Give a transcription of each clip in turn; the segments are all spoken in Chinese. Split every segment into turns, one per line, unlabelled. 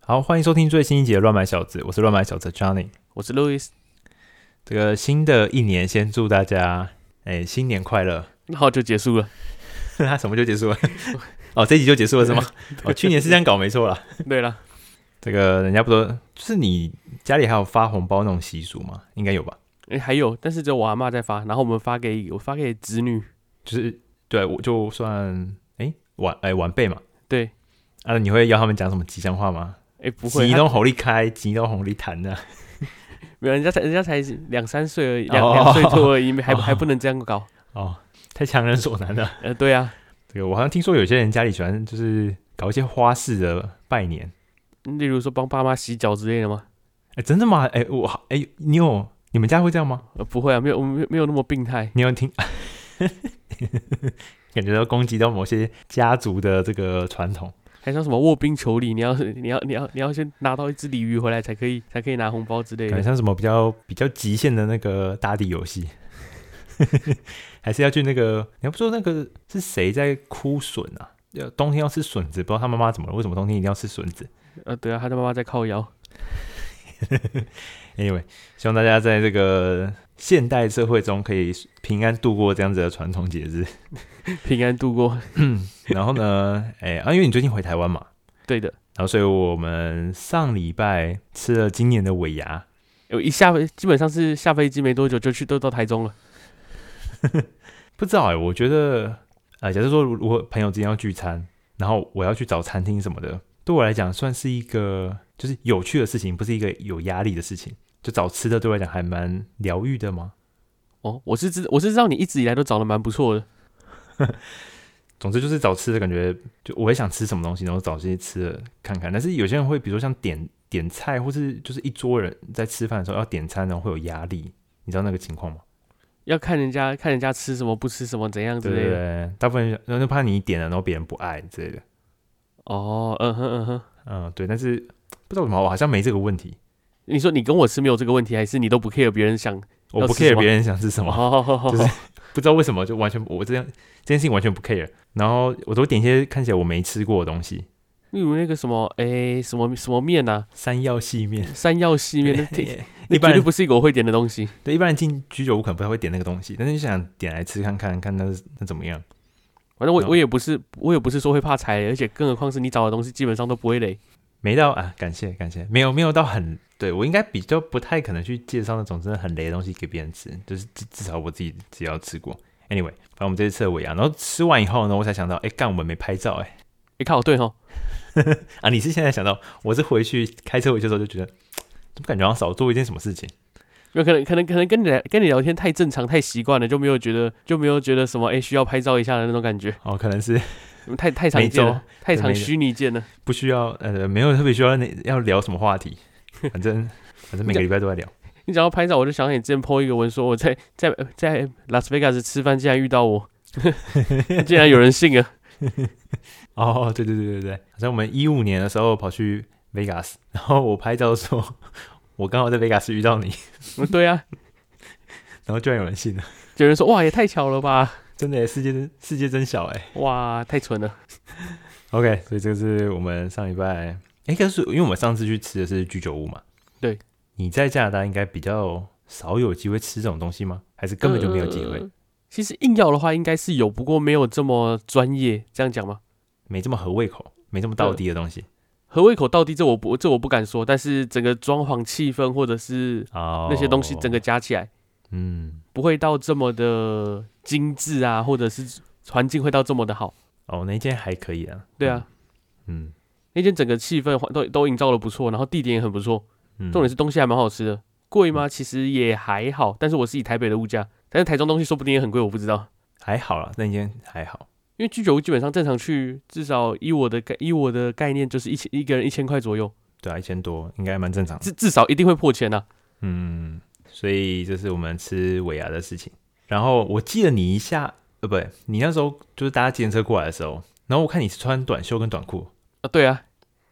好，欢迎收听最新一集的《乱买小子》，我是乱买小子 Johnny。
我是 Louis，
这个新的一年，先祝大家哎新年快乐。
然后就结束了。
他什么就结束了？ 哦，这一集就结束了 是吗？ 哦，去年是这样搞没错啦。
对了，
这个人家不都就是你家里还有发红包那种习俗吗？应该有吧？
哎、还有，但是只有我阿妈在发，然后我们发给我发给子女，
就是对我就算哎晚哎晚辈嘛
对，
啊，你会要他们讲什么吉祥话吗？
哎、不会
吉，
她
东红利开，吉东红利啊谈的。
没有，人家才人家才两三岁而已，两
哦
两岁多而已，还
哦
还不能这样搞。
哦，太强人所难了。
呃，对啊，
这个我好像听说有些人家里喜欢就是搞一些花式的拜年。
例如说帮爸妈洗脚之类的吗？
哎，真的吗？哎，我好哎，你有你们家会这样吗？
呃，不会啊，没有，我们没有没有那么病态。
你有听？ 感觉到攻击到某些家族的这个传统。
还像什么卧冰求鲤，你要是你要你要你要先拿到一只鲤鱼回来才可以才可以拿红包之类
感觉
的。
像什么比较比较极限的那个打底游戏， 还是要去那个？你要不说那个是谁在哭笋啊？要冬天要吃笋子，不知道他妈妈怎么了？为什么冬天一定要吃笋子
呃，对啊，他的妈妈在靠腰。
？Anyway，希望大家在这个现代社会中可以平安度过这样子的传统节日。
平安度过。
然后呢，哎、啊，因为你最近回台湾嘛，
对的，
然后所以我们上礼拜吃了今年的尾牙，
我一下基本上是下飞机没多久就去都到台中了。
不知道哎、我觉得，呃，假设说如如果朋友之间要聚餐，然后我要去找餐厅什么的，对我来讲算是一个就是有趣的事情，不是一个有压力的事情。就找吃的对我来讲还蛮疗愈的嘛。
哦，我是知我是知道你一直以来都长得蛮不错的。
总之就是找吃的感觉，就我也想吃什么东西，然后找这些吃的看看。但是有些人会，比如说像点点菜，或是就是一桌人在吃饭的时候要点餐，然后会有压力，你知道那个情况吗？
要看人家看人家吃什么不吃什么怎样之
对
类的。
对对，大部分人然后就怕你点了，然后别人不爱之类的。
哦，嗯哼嗯哼，
嗯，对，但是不知道为什么，我好像没这个问题。
你说你跟我吃没有这个问题，还是你都不 care 别人想？
我
要
不
吃什
care
么
别人想吃什么，
哦，
就是不知道为什么就完全我这样这件事情完全不 care。然后我都点一些看起来我没吃过的东西，
例如那个什么，哎、什么什么面呐、
山药细面，
山药细面，那那 那
一般
绝对
人
不是一个我会点的东西。
对一般人进居酒屋可能不太会点那个东西，但是就想点来吃看看，看那是那怎么样。
反正我、
No
我也不是我也不是说会怕踩雷，而且更何况是你找的东西基本上都不会雷。
没到啊，感谢感谢，没有没有到很对我应该比较不太可能去介绍那种真的很雷的东西给别人吃，就是至至少我自己自己要吃过。Anyway，反正我们这次吃了尾牙，然后吃完以后呢，我才想到，哎、干我们没拍照、哎。
你看我对哦吼，
啊，你是现在想到，我是回去开车回去的时候就觉得，怎么感觉好像少做一件什么事情？
有可能可能可能跟你聊跟你聊天太正常太习惯了，就没有觉得就没有觉得什么哎、需要拍照一下的那种感觉，
哦，可能是
太太常
每
见
周
了，太
对
常
每周
虚拟见了。
不需要，呃，没有特别需要那要聊什么话题，反正反正每个礼拜都在聊。
你讲到拍照，我就想起你之前 po 一个文说我在在在拉斯维加斯吃饭，竟然遇到我， 竟然有人信了。
哦，对对对对对，好像我们一五年的时候跑去 Vegas，然后我拍照的时候， 我刚好在 Vegas 遇到你，
嗯对啊，
然后居然有人信了，
有人说哇也太巧了吧，
真的耶，世界真世界真小哎。
哇太蠢了。
OK，所以这个是我们上礼拜，哎，可是因为我们上次去吃的是居酒屋嘛，
对，
你在加拿大应该比较少有机会吃这种东西吗？还是根本就没有机会，
呃其实硬要的话应该是有，不过没有这么专业，这样讲吗？
没这么合胃口，没这么到地的东西？
合胃口到底这我不这我不敢说，但是整个装潢气氛或者是
哦，
那些东西整个加起来，
嗯，
不会到这么的精致啊，或者是环境会到这么的好。
哦，那间还可以啊。
对啊，
嗯，
那间整个气氛都都营造的不错，然后地点也很不错。
嗯嗯，
重点是东西还蛮好吃的，贵吗？其实也还好，但是我是以台北的物价，但是台中东西说不定也很贵，我不知道。
还好啦，那间还好。
因为居酒屋基本上正常去，至少以我的概以我的概念就是一千一个人一千块左右，
对啊，一千多应该蛮正常的。
至至少一定会破千啊呐、
嗯，所以这是我们吃尾牙的事情。然后我记得你一下，呃，不对，你那时候就是搭自行车过来的时候，然后我看你是穿短袖跟短裤，
啊。对啊，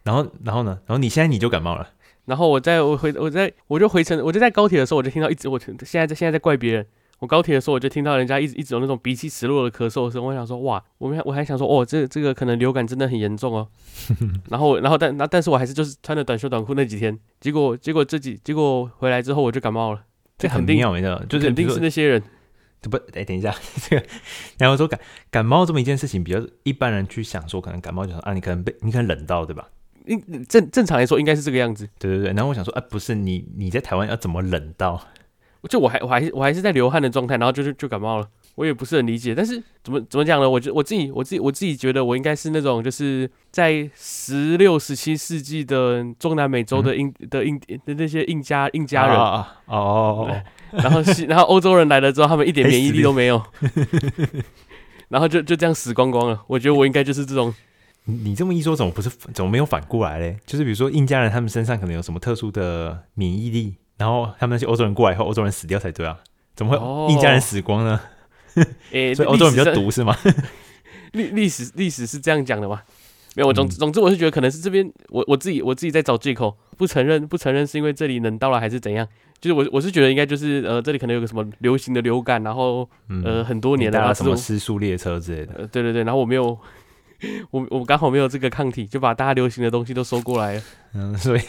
然后然后呢，然后你现在你就感冒了。
然后我在我回我在我就回程我就在高铁的时候我就听到一直我现在在现在在怪别人，我高铁的时候，我就听到人家一直一直有那种鼻涕直落的咳嗽声，我想说哇，我们还我还想说哦，这这个可能流感真的很严重哦。然后然后但那但是我还是就是穿着短袖短裤那几天，结果结果这几结果回来之后我就感冒了，
这
这
很
肯定
妙，你知道吗，就是
肯定
比如
是
说
那些人。
不，哎，等一下， 这个，然后说感感冒这么一件事情，比较一般人去想说，可能感冒就想啊，你可能被你可能冷到，对吧？
应正正常来说应该是这个样子，
对对对。然后我想说，啊，不是你你在台湾要怎么冷到？
就我还我还是我还是在流汗的状态，然后就就就感冒了，我也不是很理解。但是怎么怎么讲呢？我觉我自己我自己我自己觉得我应该是那种就是在十六十七世纪的中南美洲的印、的印的那些印加印加人，
嗯啊哦哦哦，
然后西然后欧洲人来了之后，他们一点
黑
免疫
死
力
病
都 没有，然后就就这样死光光了。我觉得我应该就是这种
你你这么一说，怎么不是怎么没有反过来嘞？就是比如说印加人他们身上可能有什么特殊的免疫力，然后他们那些欧洲人过来以后，欧洲人死掉才对啊。怎么
哦
会印加人死光呢？
诶，
所以
历
欧洲人比
史
较
上
毒是吗？
历历史历史是这样讲的嘛？没有，我总
嗯
总之我是觉得可能是这边我我自己我自己在找借口，不承认不承认是因为这里冷到了还是怎样？就是我我是觉得应该就是呃这里可能有个什么流行的流感，然后
嗯，
呃很多
你
年了，
搭
然
了
后
什
这
么
种
失速列车之类的？
呃对对对，然后我没有我我刚好没有这个抗体，就把大家流行的东西都收过来了。
嗯，所以，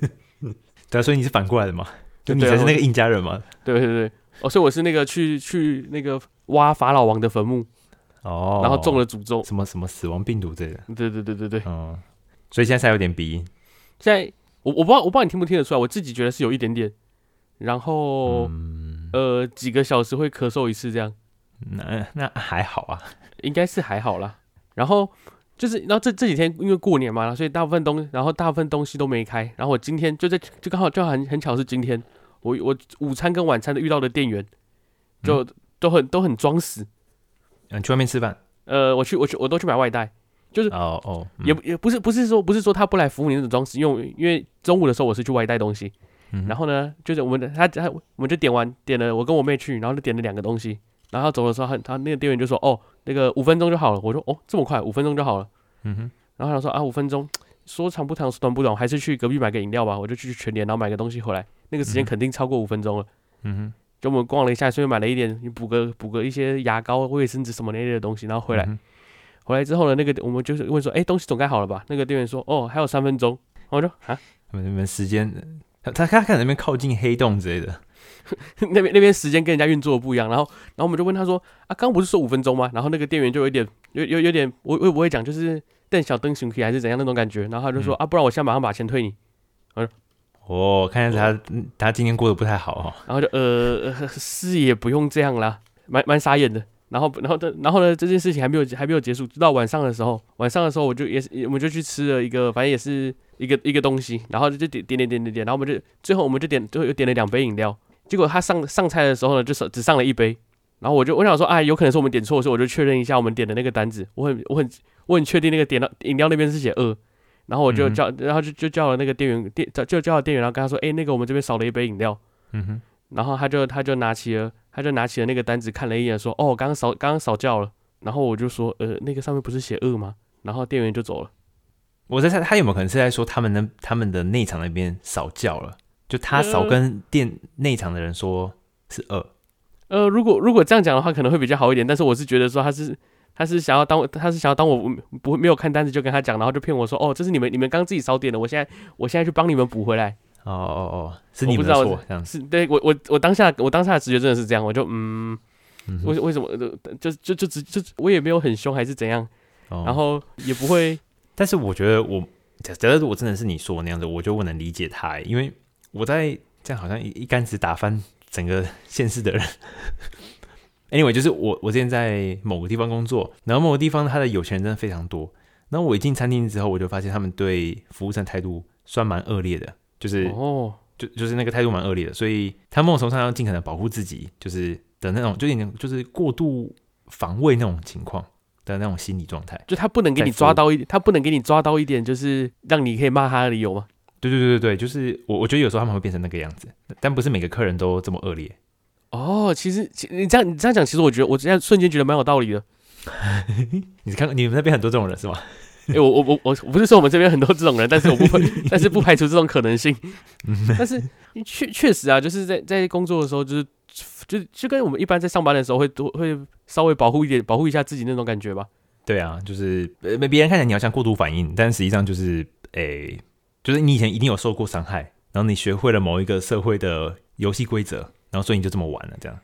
对啊，所以你是反过来的嘛？就你
对啊
才是那
我
个印加人嘛？
对对对，哦，所以我是那个去去那个挖法老王的坟墓，
哦，
然后中了诅咒。
什么什么死亡病毒之类的，
对对对对对，
嗯，所以现在才有点鼻音。
现在我我不知道我不知道你听不听得出来，我自己觉得是有一点点，然后。
嗯，
呃，几个小时会咳嗽一次，这样
那那还好啊。
应该是还好啦。然后就是，然后这这几天因为过年嘛，所以大部分东，然后大部分东西都没开。然后我今天就在，就刚好就很很巧是今天，我我午餐跟晚餐的遇到的店员，就、都很都很装死。
嗯，去外面吃饭。
呃，我去我去我都去买外带，
哦哦，嗯
也不也不是不是说不是说他不来服务你那种装死，因为我因为中午的时候我是去外带东西，
嗯
然后呢，就是我们的他他我们就点完点了，我跟我妹去，然后就点了两个东西，然后他走的时候，他他那个店员就说哦，那个五分钟就好了，我说哦这么快，五分钟就好了，
嗯哼，
然后他说啊五分钟，说长不长，说短不短，我还是去隔壁买个饮料吧，我就去全联，然后买个东西回来，那个时间
嗯
肯定超过五分钟了。
嗯哼，
就我们逛了一下，顺便买了一点补个补个一些牙膏、卫生纸什么那类的东西，然后回来。
嗯
回来之后呢，那个我们就是问说，哎、东西总该好了吧？那个店员说，哦，还有三分钟。然后我就啊，
哼。你们时间，他他他可能那边靠近黑洞之类的。
那边那边时间跟人家运作不一样，然后然后我们就问他说啊，刚刚不是说五分钟吗？然后那个店员就有一点有有有点我我不会讲，就是瞪小灯熊皮还是怎样那种感觉，然后他就说、啊，不然我现在马上把钱退你，
哦，看来他嗯他今天过得不太好哦。
然后就呃 呃是也不用这样啦，蛮蛮傻眼的。然后然后这然后呢，这件事情还没有还没有结束，直到晚上的时候，晚上的时候我就也是我们就去吃了一个，反正也是一个一个东西，然后就点点点点点点，然后我们就最后我们就点最后又点了两杯饮料，结果他上上菜的时候呢，就是只上了一杯。然后我就我想说，哎，有可能是我们点错，所以我就确认一下我们点的那个单子。我很我很我很确定那个点到饮料那边是写二，然后我就
嗯哼
叫，然后就就叫了那个店员店就就叫了店员，然后跟他说，哎，那个我们这边少了一杯饮料。
嗯哼，
然后他就他就拿起了他就拿起了那个单子看了一眼，说：“哦，刚刚少刚刚少叫了。”然后我就说：“呃，那个上面不是写二吗？”然后店员就走了。
我在猜他有没有可能是在说他们那他们的内场那边少叫了，就他少
呃
跟店内场的人说是二。
呃，如果如果这样讲的话，可能会比较好一点。但是我是觉得说他是他是想要当我他是想要当我不没有看单子就跟他讲，然后就骗我说：“哦，这是你们你们刚自己少点的，我现在我现在去帮你们补回来。
哦哦哦，是
我
你
不
们
知
的
道
错，这样子。
是”对我我我当下我当下的直觉真的是这样，我就嗯，
嗯哼
为为什么呃就就就直就我也没有很凶还是怎样，
哦
然后也不会
但是我觉得我，假假如如果真的是你说的那样子，我觉得我能理解他欸，因为我在这样好像一一竿子打翻整个县市的人。anyway，就是我我之前在某个地方工作，然后某个地方他的有钱人真的非常多。然后我一进餐厅之后，我就发现他们对服务生态度算蛮恶劣的，就是、
哦。
就就是那个态度蛮恶劣的，所以他某种程度上要尽可能保护自己，就是的那种，就有点就是过度防卫那种情况的那种心理状态。
就他不能给
在
你
服
抓
务
到一点，他不能给你抓到一点，就是让你可以骂他的理由吗？
对对对对对，就是我我觉得有时候他们会变成那个样子，但不是每个客人都这么恶劣。
哦，其实其你这样你这样讲，其实我觉得我现在瞬间觉得蛮有道理 的。
你看你们那边很多这种人是吗？
哎、我我我我我不是说我们这边很多这种人，但是我不排，
嗯
但是不排除这种可能性。但是确确实啊，就是在在工作的时候，就是就就跟我们一般在上班的时候会多会稍微保护一点，保护一下自己那种感觉吧。
对啊，就是呃，别人看起来你好像过度反应，但实际上就是，诶、就是你以前一定有受过伤害，然后你学会了某一个社会的游戏规则，然后所以你就这么玩了，这样。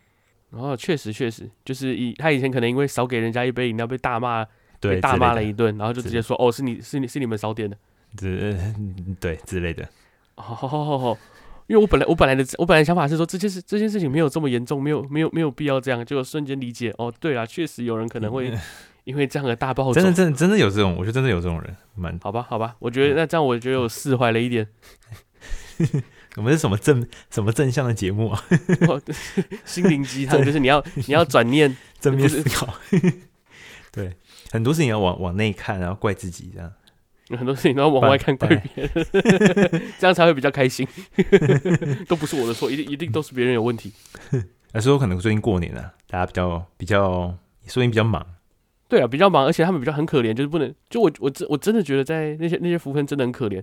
然后哦确实确实，就是以他以前可能因为少给人家一杯饮料被大骂，
对，
被
之
大
类
骂
的
了一顿，然后就直接说哦是你是你是你们少点的。
之嗯对之类的，
好好好好，哦因为我本来我本来的我本来想法是说这件事这件事情没有这么严重，没有没有没有必要这样，结果瞬间理解哦，对啦，确实有人可能会 因为这样的大暴
嗯
走
真。的真的真的有这种，我觉得真的有嗯这种人，蛮
好吧，好吧，我觉得那这样，我觉得我释怀了一点，
我们是什么正什么正向的节目啊，
我心灵鸡汤就是你要你要转念，
正面
不是
思考， 对，很多事情要往往内看，然后怪自己这样，
很多事情都要往外看怪
对
别人， 这样才会比较开心。 都不是我的错，一定一定都是别人有问题。
那时候可能最近过年啊，大家比较比较，说明比较忙，
对啊，比较忙，而且他们比较很可怜，就是不能，就我我真我真的觉得在那些那些福分真的很可怜，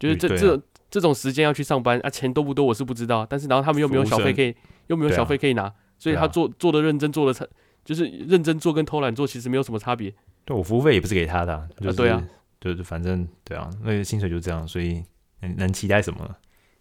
就是这、
对啊
这种这种时间要去上班啊，钱多不多我是不知道，但是然后他们又没有小费可以，又没有
对啊
小费可以拿，所
对
以
啊
他做做的认真做的就是认真做跟偷懒做其实没有什么差别。
对我服务费也不是给他的、啊，就是、
对啊，
就是反正对啊，那个薪水就这样，所以能能期待什么呢？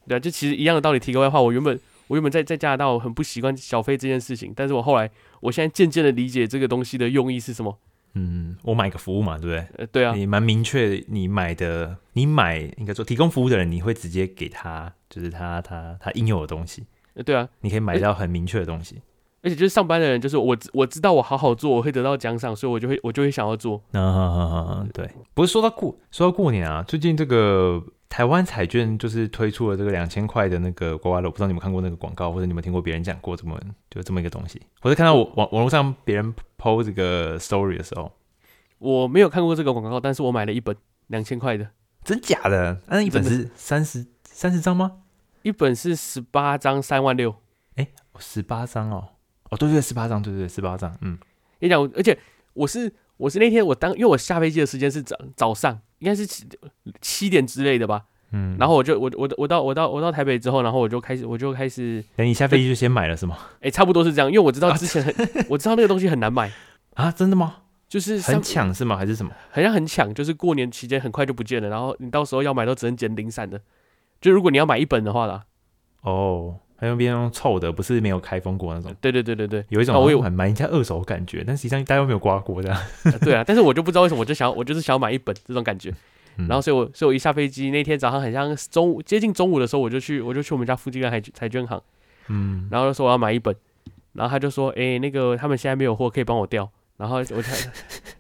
对啊，就其实一样的道理。题外话，我原本我原本在在加拿大我很不习惯小费这件事情，但是我后来我现在渐渐的理解这个东西的用意是什么。
嗯，我买个服务嘛，对不对？
呃，对啊，
你蛮明确，你买的，你买应该说提供服务的人，你会直接给他，就是他他他应有的东西，
呃对啊，
你可以买到很明确的东西。
而且就是上班的人，就是我知我知道我好好做我会得到奖赏，所以我就会我就会想要做。
嗯哼哼哼哼对。不是说到过说到过年啊，最近这个台湾彩券就是推出了这个两千块的那个刮刮乐，我不知道你们看过那个广告，或者你们听过别人讲过这么就这么一个东西，或者看到我网网络上别人 PO 这个 story 的时候，
我没有看过这个广告，但是我买了一本两千块的，
真假的？啊那一本
真
是三十三十张吗？
一本是十八张三万六。
十八张哦。哦，对对，十八张，对对，十八张，嗯，
跟你讲，我而且我是我是那天我当因为我下飞机的时间是早早上，应该是七七点之类的吧。
嗯
然后我就我我我到我到我到台北之后，然后我就开始我就开始，
等你下飞机就先买了是吗？
哎、差不多是这样，因为我知 道之前很、我知道那个东西很难买，
啊，真的吗？
就是上
很抢是吗？还是什么？
好像很抢，就是过年期间很快就不见了，然后你到时候要买都只能捡零散的。就如果你要买一本的话啦，
哦，还有边用臭的，不是没有开封过那种，
对对对对对，
有一种
哦我有
好像很买人家二手的感觉，但实际上大家又没有刮过这样。
呃对啊，但是我就不知道为什么，我就想要我就是想要买一本这种感觉。
嗯
然后，所以我所以我一下飞机那天早上，很像中午接近中午的时候，我就去我就去我们家附近的海彩券行，
嗯，
然后就说我要买一本，然后他就说，诶，那个他们现在没有货，可以帮我调。然后我就，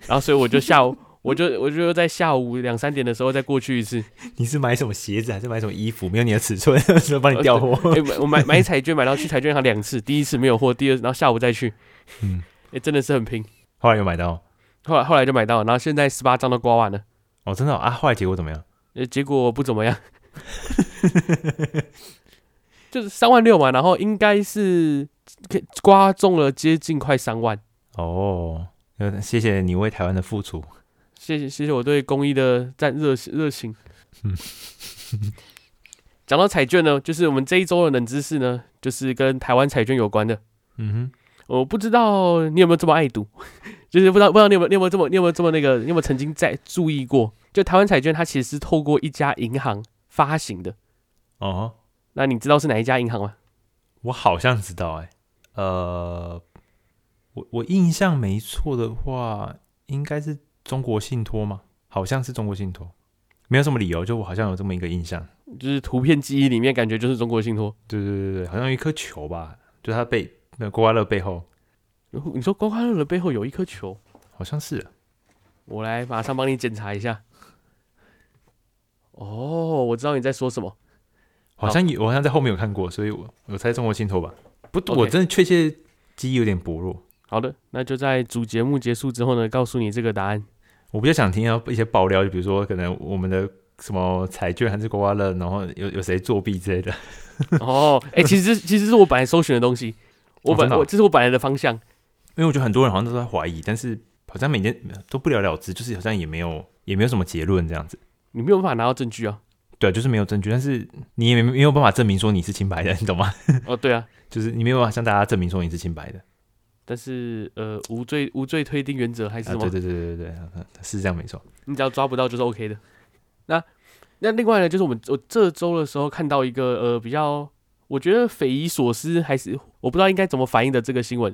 然后所以我就下午，我就我就在下午两三点的时候再过去一次。
你是买什么鞋子还是买什么衣服？没有你的尺寸， 所以帮你调货。
诶，我我买买彩券，买到去彩券行两次，第一次没有货，第二然后下午再去，
嗯
嗯，诶，真的是很拼。
后来有买到
后来后来就买到，然后现在十八张都刮完了，
哦，真的哦啊？后来结果怎么样？
呃，结果不怎么样，就是三万六嘛，然后应该是可刮中了接近快三万，
哦，呃谢谢你为台湾的付出。
谢谢谢谢我对公益的赞热情热情。
嗯
嗯，讲到彩券呢，就是我们这一周的冷知识呢，就是跟台湾彩券有关的。
嗯
我不知道你有没有这么爱赌，就是不知道不知道你有没有你有没有这么你有没有这么那个你有没有曾经在注意过，就台湾彩券它其实是透过一家银行发行的。
哼，哦，
那你知道是哪一家银行吗？
我好像知道、欸，哎，呃，我我印象没错的话，应该是中国信托吗？好像是中国信托，没有什么理由，就我好像有这么一个印象。
就是图片记忆里面感觉就是中国信托。
对对对对，好像有一颗球吧，就它背那个刮刮乐背后，
然后你说刮刮乐的背后有一颗球，
好像是
我来马上帮你检查一下。哦，我知道你在说什么。
好像有，我好像在后面有看过，所以我我猜中国信托吧。不
OK
我真的确切记忆有点薄弱。
好的，那就在主节目结束之后呢，告诉你这个答案。
我比较想听到一些爆料，就比如说可能我们的什么彩券还是刮刮乐，然后有有谁作弊之类的。
哦，哎、其实其实是我本来搜寻的东西，我
哦
本、
真的哦
我这是我本来的方向。
因为我觉得很多人好像都在怀疑，但是好像每天都不了了之，就是好像也没有也没有什么结论这样子。
你没有办法拿到证据啊。
对啊，就是没有证据，但是你也没没有办法证明说你是清白的，你懂吗？
哦，对啊，
就是你没有办法向大家证明说你是清白的。啊
但是呃，无罪无罪推定原则还是
啊，
什么
对，对对对对对，嗯是这样没错。
你只要抓不到就是 OK 的。那那另外呢，就是我们我这周的时候看到一个呃比较，我觉得匪夷所思，还是我不知道应该怎么反应的这个新闻，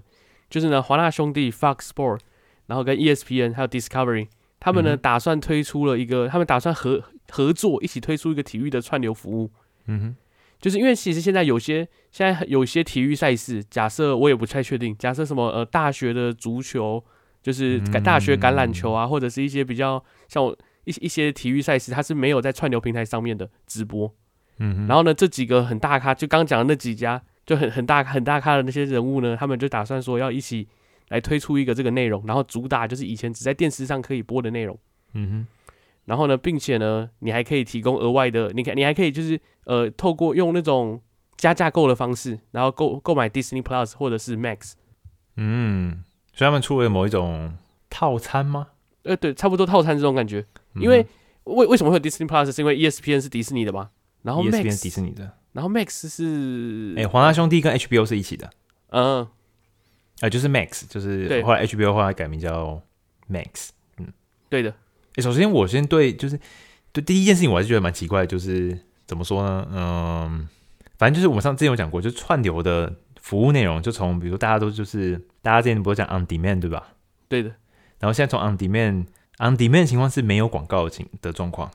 就是呢华纳兄弟 Fox Sport，然后跟 E ESPN 还有 Discovery，他们呢、
嗯哼
打算推出了一个，他们打算合合作一起推出一个体育的串流服务。
嗯哼，
就是因为其实现在有些现在有些体育赛事，假设我也不太确定，假设什么呃大学的足球，就是
嗯
橄大学橄榄球啊，或者是一些比较像我一一些体育赛事，它是没有在串流平台上面的直播。
嗯哼，
然
后
后呢，这几个很大咖，就刚讲的那几家就很很大很大咖的那些人物呢，他们就打算说要一起来推出一个这个内容，然后主打就是以前只在电视上可以播的内容。
嗯
然后呢，并且呢，你还可以提供额外的，你看你还可以就是呃，透过用那种加价购的方式，然后购购买 Disney Plus 或者是 Max，
哼，嗯，所以他们出了某一种套餐吗？
呃，对，差不多套餐这种感觉。
嗯
因为为为什么会有 Disney Plus？是因为 E ESPN 是迪士尼的嘛，然后
e s p 迪
哦 Max，嗯
士尼的，
然后 Max 是
哎，华纳兄弟跟 HBO 是一起的，
嗯，
啊，就是 Max，就是
对
后来 HBO 后来改名叫 Max。
对的，
欸，首先我先对就是对第一件事情，我还是觉得蛮奇怪的，就是怎么说呢？嗯，反正就是我们上之前有讲过，就是串流的服务内容，就从比如说大家都就是大家之前不是讲 on demand 对吧？
对的，
然后现在从 on demand on demand 的情况是没有广告的情的状况，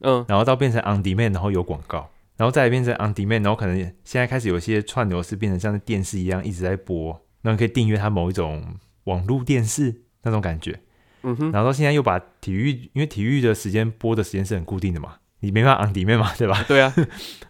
嗯，
然后到变成 on demand，然后有广告，然后再变成 on demand，然后可能现在开始有一些串流是变成像是电视一样一直在播，那你可以订阅它某一种网络电视那种感觉。
嗯哼，
然后到现在又把体育，因为体育的时间播的时间是很固定的嘛，你没办法 on demand 嘛，对吧？
对啊，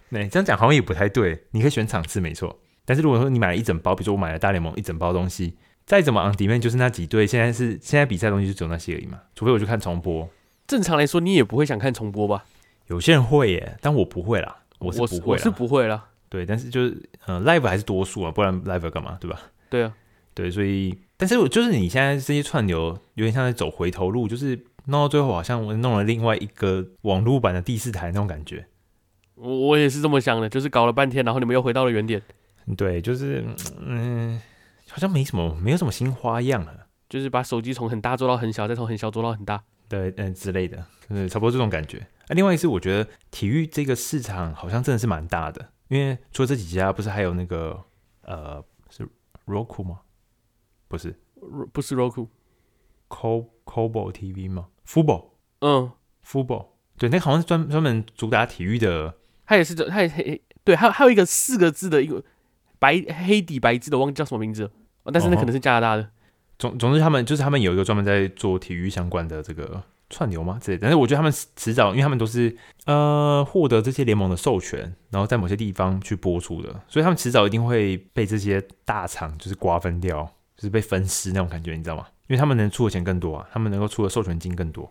对，这样讲好像也不太对。你可以选场次没错，但是如果说你买了一整包，比如说我买了大联盟一整包东西，再怎么 on demand 就是那几队，现在是现在比赛的东西就只有那些而已嘛，除非我去看重播。
正常来说你也不会想看重播吧？
有些人会耶，但我不会啦，我是
我
不会
我是
啦。
不会啦，
对，但是就是呃，live 还是多数啊，不然 live 要干嘛，对吧？
对啊，
对，所以，但是我就是你现在这些串流有点像在走回头路，就是弄到最后好像我弄了另外一个网络版的第四台那种感觉。
我我也是这么想的，就是搞了半天，然后你们又回到了原点。
对，就是嗯，好像没什么，没有什么新花样啊了。
就是把手机从很大做到很小，再从很小做到很大。
对，嗯、之类的，就是差不多这种感觉。啊，另外一是我觉得体育这个市场好像真的是蛮大的，因为除了这几家，不是还有那个呃，是 Roku 吗？不是
呃不是 Roku，
，Co Cobo TV 吗？Fubo
嗯，
Fubo，对，那个好像是专专门主打体育的。
它也是这，它也嘿对，还有还有一个四个字的一个白黑底白字的，忘记叫什么名字了，哦但是那
哦吼
可能是加拿大的。
总总之，他们就是他们有一个专门在做体育相关的这个串流嘛之类的。但是我觉得他们迟早，因为他们都是呃获得这些联盟的授权，然后在某些地方去播出的，所以他们迟早一定会被这些大厂就是瓜分掉，就是被分尸那种感觉，你知道吗？因为他们能出的钱更多啊，他们能够出的授权金更多。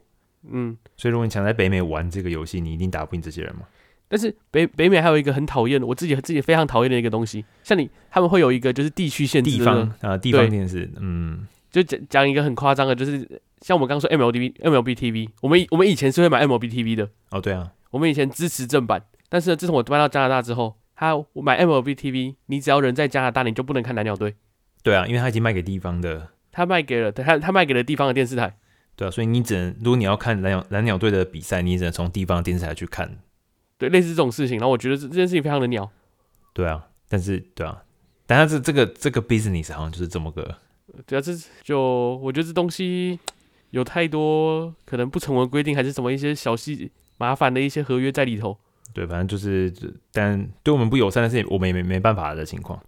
嗯，
所以如果你想在北美玩这个游戏，你一定打不赢这些人嘛。
但是北北美还有一个很讨厌的，我自己自己非常讨厌的一个东西，像你他们会有一个就是地区限制
地
的
方呃地方
对
电视，嗯，
就讲讲一个很夸张的，就是像我们刚刚说 MLB MLB TV，我们以我们以前是会买 MLB TV 的，
哦对啊，
我们以前支持正版，但是呢，自从我搬到加拿大之后，他我买 MLB TV，你只要人在加拿大，你就不能看蓝鸟队。
对啊，因为他已经卖给地方的
他卖给了他，他卖给了地方的电视台。
对啊，所以你只能，如果你要看蓝鸟蓝鸟队的比赛，你只能从地方的电视台去看。
对，类似这种事情，然后我觉得这这件事情非常的鸟，
对啊，但是对啊，但它这这个这个 business 好像就是这么个，
对啊，这就我觉得这东西有太多可能不成文规定，还是什么一些小细麻烦的一些合约在里头。
对，反正就是，但对我们不友善的事情，我们也没没办法的情况。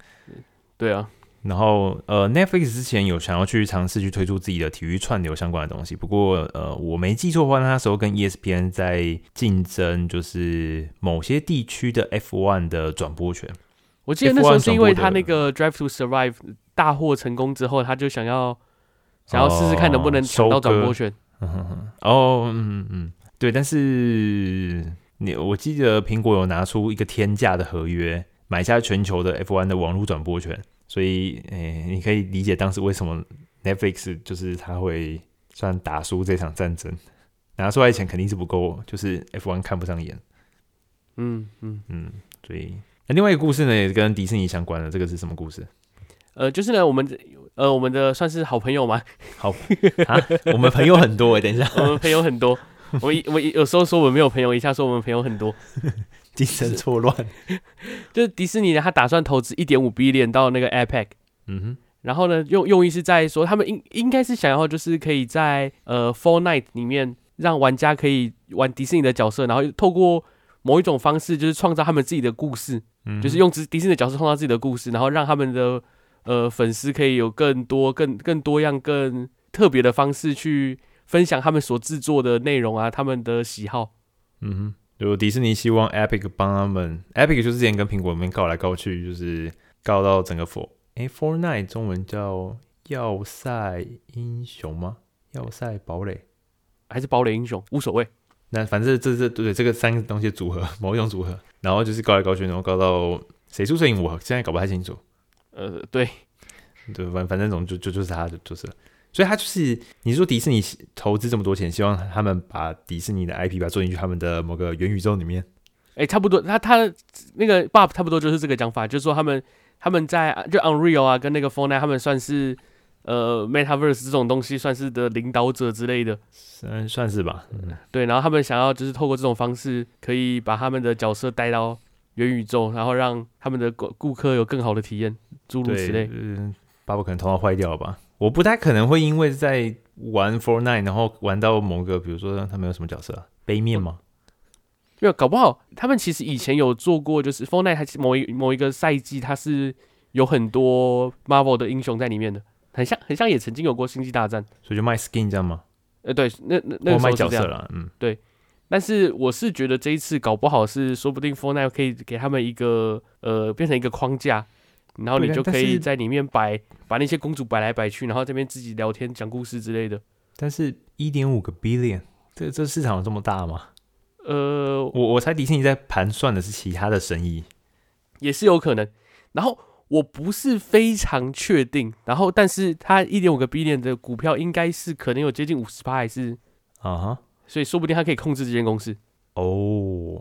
对啊，
然后呃，Netflix 之前有想要去尝试去推出自己的体育串流相关的东西，不过呃，我没记错的话，那时候跟 E ESPN 在竞争，就是某些地区的 F1 的转播权。
我记得那时候是因为
F1
他那个 Drive to Survive 大获成功之后，他就想要想要试试看能不能
哦
抢到转
收割
播权。
嗯哼哼，哦，嗯嗯嗯，对，但是你我记得苹果有拿出一个天价的合约，买下全球的 F1 的网络转播权，所以诶、你可以理解当时为什么 Netflix 就是他会算打输这场战争，拿出来的钱肯定是不够，就是 F1 看不上眼。
嗯嗯，
嗯，所以那另外一个故事呢，也是跟迪士尼相关的，这个是什么故 事？
呃，就是呢，我们呃我们的算是好朋友嘛，
啊我们朋友很多哎，等一下，
我们朋友很多。我一我一有时候说我们没有朋友，一下说我们朋友很多。
精神错乱。
就是迪士尼呢，他打算投资一点五 B 链到那个 E APEC，
嗯
然后呢，用用意是在说他们应应该是想要就是可以在呃 Fortnite 里面让玩家可以玩迪士尼的角色，然后透过某一种方式就是创造他们自己的故事，
哼，
就是用自迪士尼的角色创造自己的故事，然后让他们的呃粉丝可以有更多、更更多样、更特别的方式去分享他们所制作的内容啊，他们的喜好。
嗯哼，就迪士尼希望 Epic 帮他们，Epic 就是之前跟苹果那边告来告去，就是告到整个 For 哎 For Night 中文叫要塞英雄吗？要塞堡垒？
还是堡垒英雄无所谓，
那反正这这对这个三个东西的组合， 某一种组合，然后就是告来告去，然后告到谁输谁赢，我现在搞不太清楚。
呃，对，
对，反反正总就就就是他的就是了，所以他就是你说迪士尼希投资这么多钱，希望他们把迪士尼的 IP 把它做进去他们的某个元宇宙里面。
哎、差不多，他他那个 Bob 差不多就是这个讲法，就是说他们他们在就 Unreal 啊跟那个 Fortnite 他们算是呃 Metaverse 这种东西算是的领导者之类的，
算算是吧，嗯，
对，然后他们想要就是透过这种方式，可以把他们的角色带到元宇宙，然后让他们的顾顾客有更好的体验，诸如
对，
此类。
嗯，爸爸可能头脑坏掉了吧？我不太可能会因为在玩 Fortnite，然后玩到某个，比如说他们有什么角色、啊，杯面吗？
哦没有，搞不好他们其实以前有做过，就是 f o r t n i t 某一某一个赛季，它是有很多 Marvel 的英雄在里面的，很像很像也曾经有过星际大战。
所以就卖 skin 这样吗？
呃，对，那那
或
那个时
卖
候是
角
这
色
样。
啦，嗯，
但是我是觉得这一次搞不好是说不定 f o r t n i t 可以给他们一个呃变成一个框架，然后
对
你
啊
就
但
可以
是
在里面摆把那些公主摆来摆去，然后这边自己聊天讲故事之类的。
但是一点五个 billion，这这市场有这么大吗？
呃，
我我猜迪士尼在盘算的是其他的生意，
也是有可能。然后我不是非常确定，然后但是它一点五个 B 链的股票应该是可能有接近五十趴，还是
啊哈。
所以说不定它可以控制这间公司。
哦、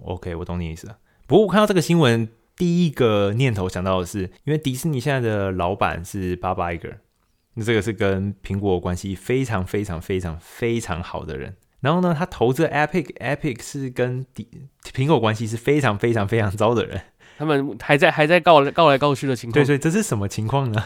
o k 我懂你意思了。不过我看到这个新闻，第一个念头想到的是，因为迪士尼现在的老板是巴巴 b Iger，那这个是跟苹果关系非常非常非常非常好的人。然后呢，他投资 Epic，Epic 是跟迪苹果关系是非常非常非常糟的人。
他们还在还在告告来告去的情
对，
况，
所以这是什么情况呢？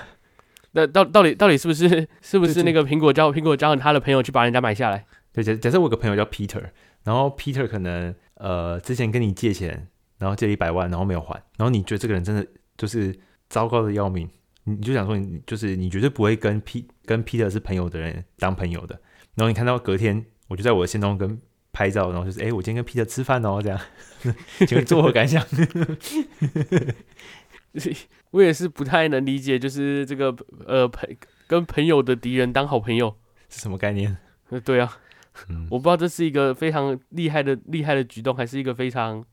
那到到底到底是不是是不
对
是
对
那个苹果叫苹果叫他的朋友去把人家买下来？
对，假假设我有个朋友叫 Peter，然后 Peter 可能呃之前跟你借钱，然后借了一百万，然后没有还，然后你觉得这个人真的就是糟糕的要命，你你就想说你就是你绝对不会跟 P 跟 Peter 是朋友的人当朋友的，然后你看到隔天我就在我的线中跟拍照，然后就是哎、诶我今天跟 Peter 吃饭哦这样， 请问作何感想？
我也是不太能理解，就是这个呃朋跟朋友的敌人当好朋友，
是什么概念？
呃对啊，
嗯，
我不知道这是一个非常厉害的厉害的举动，还是一个非常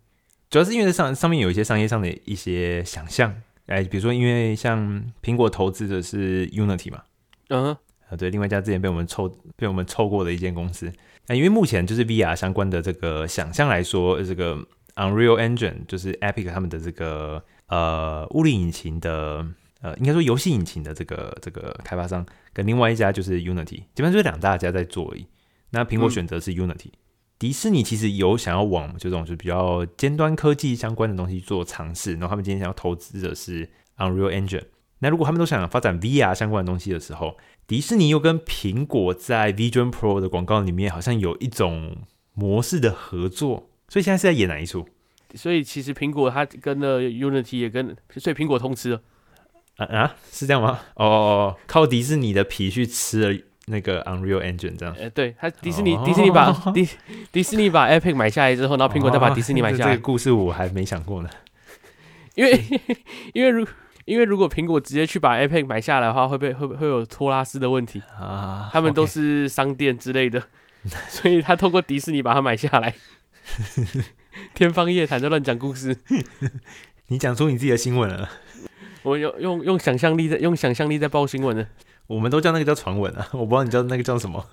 主要是因为这上上面有一些商业上的一些想象，哎，比如说因为像苹果投资的是 Unity 嘛。
嗯哼、
啊，对，另外一家之前被我们抽被我们抽过的一间公司。那、因为目前就是 VR 相关的这个想象来说，呃这个 Unreal Engine 就是 Epic 他们的这个呃物理引擎的呃，应该说游戏引擎的这个这个开发商，跟另外一家就是 Unity，基本上就是两大家在做而已。那苹果
嗯
选择是 Unity，、迪士尼其实有想要往就这种就比较尖端科技相关的东西做尝试，然后他们今天想要投资的是 Unreal Engine。那如果他们都想发展 VR 相关的东西的时候，迪士尼又跟苹果在 Vision Pro 的广告里面好像有一种模式的合作，所以现在是在演哪一出？
所以其实苹果它跟了 Unity 也跟，所以苹果通吃了。
啊啊，是这样吗？哦哦哦，靠迪士尼的皮去吃了那个 Unreal Engine 这样。
呃，对，它迪士尼、
哦
迪士尼把迪迪士尼把 Epic 买下来之后，啊然后苹果再把迪士尼买下
哦
来，
这个故事我还没想过呢。
因为 因为如因为如果苹果直接去把 Epic 买下来的话，会被会会有托拉斯的 问题，
啊，
他们都
OK
是商店之类的， 所以他透过迪士尼把它买下 来。天方夜谭在乱讲故事，
你讲出你自己的新闻了。
我用用用想象力在用想象力在报新闻的，
我们都叫那个叫传闻啊，我不知道你叫那个叫什么。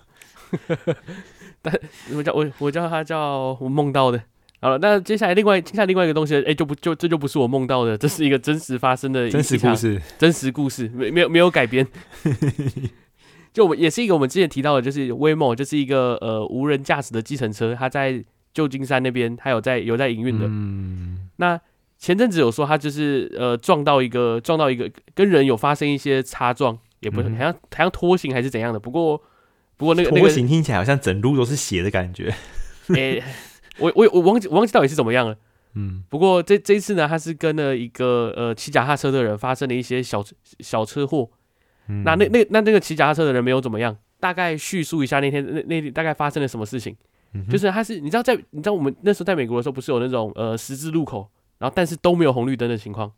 我叫我我叫他叫我梦到的，好了，那接下来另外接下来另外一个东西，哎、就不就这就不是我梦到的，这是一个真实发生的一
真实
一场
故事，
真实故事，没没有没有 改编。就我们也是一个我们之前提到的，就是 Waymo，就是一个呃无人驾驶的计程车，它在旧金山那边，它有在有在营运的。
嗯，
那前阵子有说它就是呃撞到一个撞到一个跟人有发生一些擦撞，也不是
嗯哼
好像好像拖行还是怎样的，不过不过那个那
拖
个
行听起来好像整路都是血的感觉，
诶、我我我忘记我忘记到底是怎么样了。
嗯
不过这这一次呢，他是跟了一个呃骑脚踏车的人发生了一些小小车祸，
嗯
那那那那那个骑脚踏车的人没有怎么样，大概叙述一下那天那那那大概发生了什么事情。
嗯哼
就是他是你知道在你知道我们那时候在美国的时候，不是有那种呃十字路口，然后但是都没有红绿灯的情况，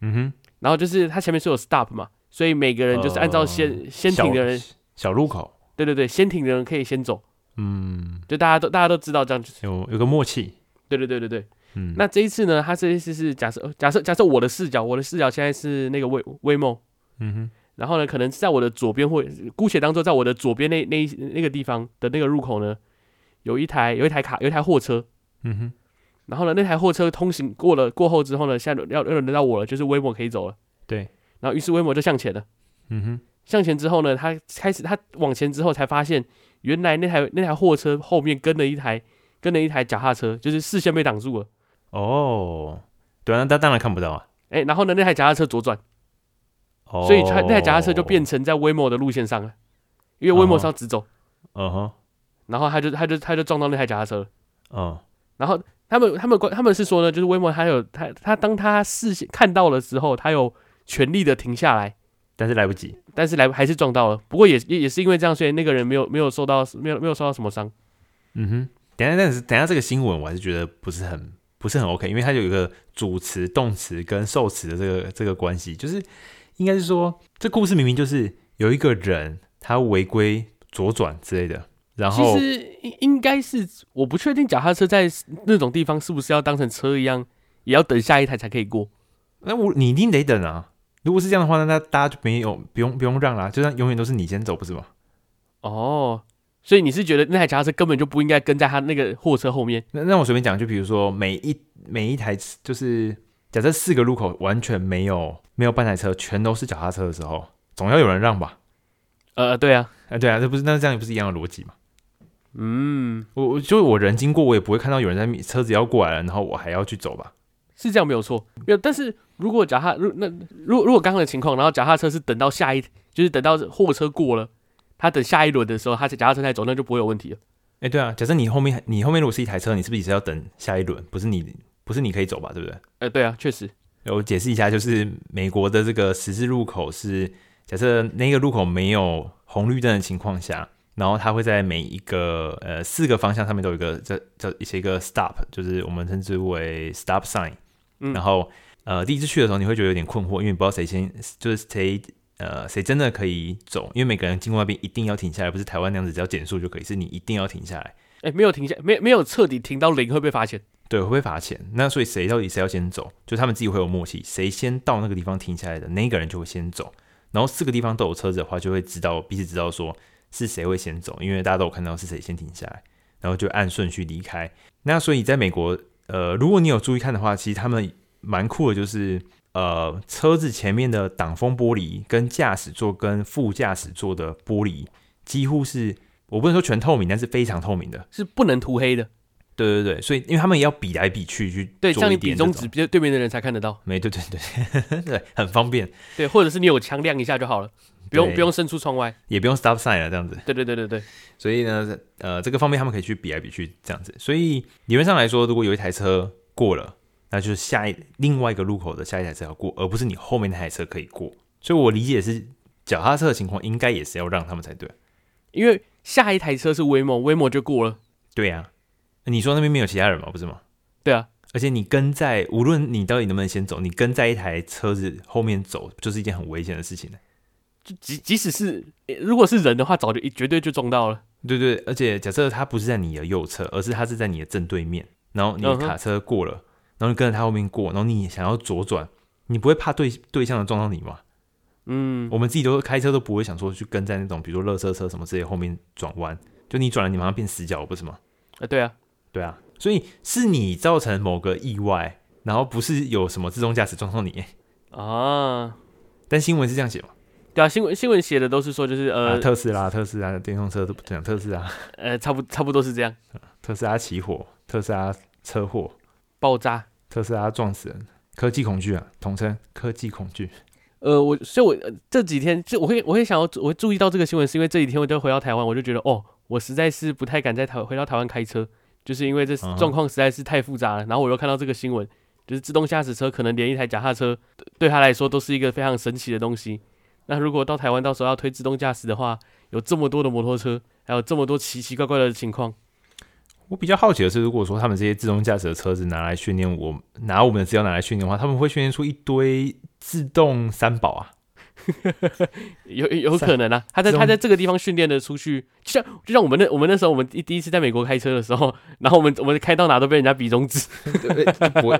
嗯
然后就是他前面是有 stop 嘛，所以每个人就是按照先、
哼，
先停的人，
哦小小路口，
对对对，先停的人可以先走，
嗯，
就大家都大家都知道这样，就是
有有个默契，
对对对对对。
嗯，
那这一次呢，他这一次是假设呃假设假设我的视角，我的视角现在是那个威威梦，
嗯哼，
然后呢，可能是在我的左边或姑且当做在我的左边那那一那个地方的那个入口呢，有一台有一台卡有一台货车，
嗯哼，
然后呢，那台货车通行过了过后之后呢，现在要要轮到我了，就是威摩可以走了。
对，
然后于是威摩就向前了，
嗯哼，
向前之后呢，他开始他往前之后才发现，原来那台那台货车后面跟了一台跟了一台脚踏车，就是视线被挡住了。
哦，对啊，那他当然看不到啊，
哎，然后呢，那台脚踏车左转，
哦，
所以他那台脚踏车就变，成在威摩的路线上了，因为威摩是要直走。
嗯哼，
然后他就他就他就撞到那台脚踏车了。
嗯
然后他们他们关他们是说呢，就是威莫他有他他当他视线看到了之后，他有全力的停下来，
但是来不及，
但是来还是撞到了。不过也也也是因为这样，所以那个人没有没有受到没有没有受到什么伤。
嗯哼，等一下，但是等一下这个新闻我还是觉得不是很不是很 OK，因为它有一个主词、动词跟受词的这个这个关系，就是应该是说这故事明明就是有一个人他违规左转之类的，然
其
后
实应应该是我不确定脚踏车在那种地方是不是要当成车一样，也要等下一台才可以过。
那我你一定得等啊。如果是这样的话，那那大家就没有不用不用让啦、就算永远都是你先走，不是吗？
哦，所以你是觉得那台脚踏车根本就不应该跟在他那个货车后面？
那那我随便讲，就比如说每一每一台就是假设四个路口完全没有没有半台车，全都是脚踏车的时候，总要有人让吧？
呃，对啊，
哎、对啊，这不是那这样不是一样的逻辑吗？
嗯，
我我就我人经过，我也不会看到有人在面车子要过来了，然后我还要去走吧？
是这样没有错。没有，但是如果脚踏如那如如果刚刚的情况，然后脚踏车是等到下一，就是等到货车过了，他等下一轮的时候，他脚踏车才走，那就不会有问题了。
哎、对啊，假设你后面你后面如果是一台车，你是不是也是要等下一轮？不是你不是你可以走吧？对不对？
呃，对啊，确实，
我解释一下，就是美国的这个十字路口是假设那个路口没有红绿灯的情况下，然后它会在每一个呃四个方向上面都有一个这叫一些一个 stop，就是我们称之为 stop sign。
嗯
然后呃第一次去的时候你会觉得有点困惑，因为你不知道谁先就是谁呃谁真的可以走，因为每个人经过那边一定要停下来，不是台湾那样子只要减速就可以，是你一定要停下来。
哎，没有停下，没没有彻底停到零会被罚钱。
对，会被罚钱。那所以谁到底谁要先走，就他们自己会有默契，谁先到那个地方停下来的，那个人就会先走。然后四个地方都有车子的话，就会知道彼此知道说是谁会先走，因为大家都有看到是谁先停下来，然后就按顺序离开。那所以在美国，呃，如果你有注意看的话，其实他们蛮酷的，就是呃，车子前面的挡风玻璃跟驾驶座跟副驾驶座的玻璃几乎是我不能说全透明，但是非常透明的。
是不能涂黑的，
对对对，所以因为他们也要比来比去去
对，
做
像
一
你比
点
中
这种
指，对对面的人才看得到，
没对对对 对，很方便，
对，或者是你有枪亮一下就好了，不用
对
不用伸出窗外，
也不用 stop sign 了这样子。
对对对对对，
所以呢，呃，这个方面他们可以去比来比去这样子。所以理论上来说，如果有一台车过了，那就是下一另外一个路口的下一台车要过，而不是你后面那台车可以过。所以我理解是脚踏车的情况，应该也是要让他们才对。
因为下一台车是威猛，威猛就过了，
对呀、你说那边没有其他人嘛，不是吗？
对啊，
而且你跟在，无论你到底能不能先走，你跟在一台车子后面走，就是一件很危险的事情。啊
就即即使是诶如果是人的话，早就绝对就撞到了。
对对，而且假设它不是在你的右侧，而是它是在你的正对面，然后你的
嗯哼
卡车过了，然后你跟着它后面过，然后你想要左转，你不会怕对对向的撞到你吗？
嗯，
我们自己都开车都不会想说去跟在那种比如说垃圾车什么之类后面转弯，就你转了你马上变死角不是吗？
啊，对啊，
对啊，所以是你造成某个意外，然后不是有什么自动驾驶撞到你。
啊，
但新闻是这样写嘛？
对啊，新闻新闻写的都是说就是
啊，
呃
特斯拉、特斯拉的电动车都不讲特斯拉，
呃，差不差不多是这样，
特斯拉起火，特斯拉车祸，
爆炸。
特斯拉撞死人，科技恐惧啊，统称科技恐惧。
呃，我所以我，呃这几天就我会我会想要我会注意到这个新闻，是因为这几天我就回到台湾，我就觉得哦，我实在是不太敢在台回到台湾开车，就是因为这
嗯哼
状况实在是太复杂了。然后我又看到这个新闻，就是自动驾驶车可能连一台脚踏车对对他来说都是一个非常神奇的东西。那如果到台湾到时候要推自动驾驶的话，有这么多的摩托车，还有这么多奇奇怪怪的情况，
我比较好奇的是，如果说他们这些自动驾驶的车子拿来训练我，拿我们的资料拿来训练的话，他们会训练出一堆自动三宝啊，
有有可能啊，他在
这种
他在这个地方训练的出去，就像就像我们那我们那时候我们第第一次在美国开车的时候， 然后我们我们开到哪都被人家比 中指，
对哎就不会。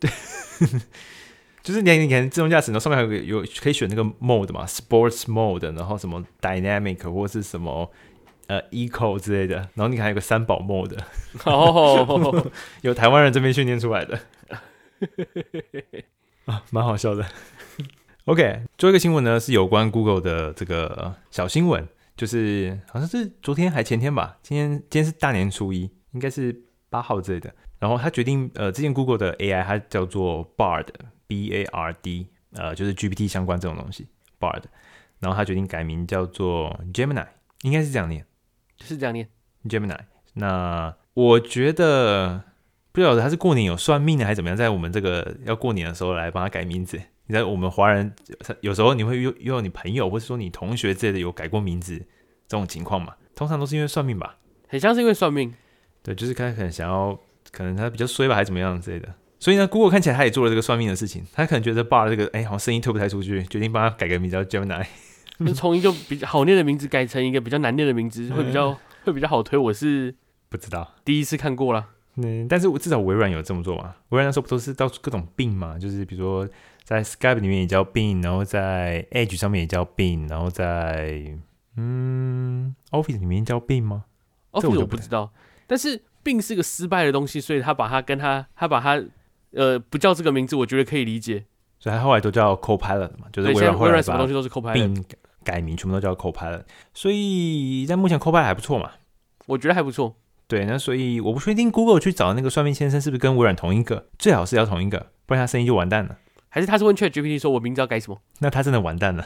对， 就是你你看自动驾驶，然后上面还有个有可以选那个 mode 嘛，sports mode，然后什么 dynamic 或是什么呃 eco 之类的，然后你看还有个三宝 mode，
哦，
有台湾人这边训练出来的， 啊，蛮好笑的。OK，最后一个新闻呢是有关 Google 的这个呃小新闻，就是好像是昨天还前天吧，今天今天是大年初一，应该是八号之类的。然后他决定，呃，之前 Google 的 AI 它叫做 Bard，B A R D，呃，就是 GPT 相关这种东西，Bard。然后他决定改名叫做 Gemini，应该是这样念。
是这样念，
Gemini。那我觉得不晓得他是过年有算命的还是怎么样，在我们这个要过年的时候来帮他改名字。你在我们华人有时候你会遇遇到你朋友或者说你同学之类的有改过名字这种情况嘛？通常都是因为算命吧？
很像是因为 算命，
对，就是他可能想要，可能他比较衰吧，还是怎么样之类的。所以呢，Google 看起来他也做了这个算命的事情，他可能觉得 Bar 这个哎、好像生意推不太出去，决定帮他改个名叫 Gemini。
就从一个比较好念的名字改成一个比较难念的名字，会比
嗯
较会比较好推。我是
不知道，
第一次看过啦，
嗯，但是我至少微软有这么做嘛。微软那时候不都是到处各种病嘛，就是比如说在 Skype 里面也叫病，然后在 Edge 上面也叫病，然后在嗯 Office 里面叫病吗？
哦，
这我就
我
不
不知道，但是病是个失败的东西，所以他把它跟他他把它呃不叫这个名字，我觉得可以理解。
所以它后来都叫 Copilot 嘛，就是微
对，现在
软后
微
来
软什么
把
东西都是扣拍的，
病改名全部都叫 Copilot，所以但目前 Copilot 还不错嘛。
我觉得还不错。
对，那所以我不确定 Google 去找那个算命先生是不是跟微软同一个，最好是要同一个，不然他生意就完蛋了。
还是他是问 Chat GPT 说，我名字要改什么？
那他真的完蛋了。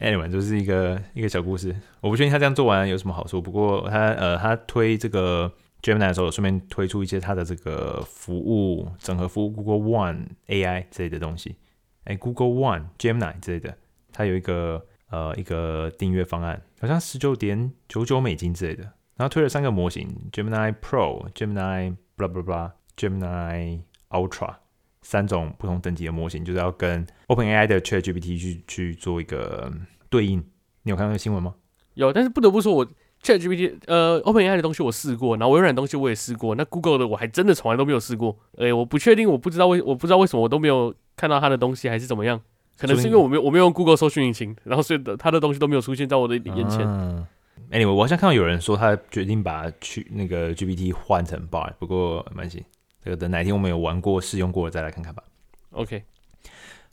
anyway，就是一个一个小故事。我不确定他这样做完有什么好处，不过他呃，他推这个 Gemini 的时候，顺便推出一些他的这个服务整合服务 Google One AI 之类的东西，哎、g o o g l e One Gemini 之类的，它有一个呃一个订阅方案，好像十九点九九美金之类的。然后推了三个模型：Gemini Pro、Gemini blah blah blah、Gemini Ultra。三种不同等级的模型，就是要跟 OpenAI 的 ChatGPT 去去做一个嗯对应。你有看到那个新闻吗？
有，但是不得不说我，Chat GPT 呃 OpenAI 的东西我试过，然后微软的东西我也试过，那 Google 的我还真的从来都没有试过。哎、我不确定，我不知道为我不知道为什么我都没有看到它的东西，还是怎么样？可能是因为我没有我没有用 Google 搜寻引擎，然后所以它的东西都没有出现在我的眼前。
嗯 Anyway，我好像看到有人说他决定把去那个 GPT 换成 Bard，不过没关系，这个等哪一天我们有玩过试用过了再来看看吧。
OK，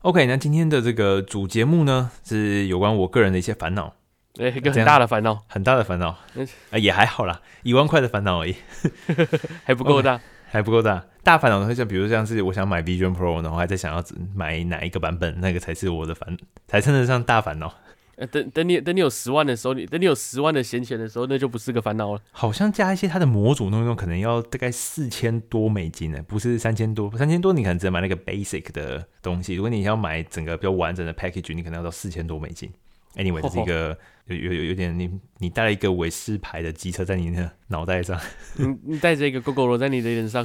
OK，那今天的这个主节目呢，是有关我个人的一些烦恼，
哎、一个
这
很
样
大的烦恼，
很大的烦恼，
嗯
呃，也还好啦，一万块的烦恼而已。
还不够
OK
大。
还不够大。大烦恼的会像，比如像是我想买 Vision Pro，然后还在想要只买哪一个版本，那个才是我的烦，才称得上大烦恼。
呃，等等你等你有十万的时候，你等你有十万的闲钱的时候，那就不是个烦恼了。
好像加一些它的模组弄一弄，可能要大概四千多美金呢，不是三千多。三千多你可能只能买那个 basic 的东西，如果你要买整个比较完整的 package，你可能要到四千多美金。Anyway，这是一个有有有有点你你带了一个韦氏牌的机车在你的脑袋上，
你你带着一个 GoGo 在你的脸上，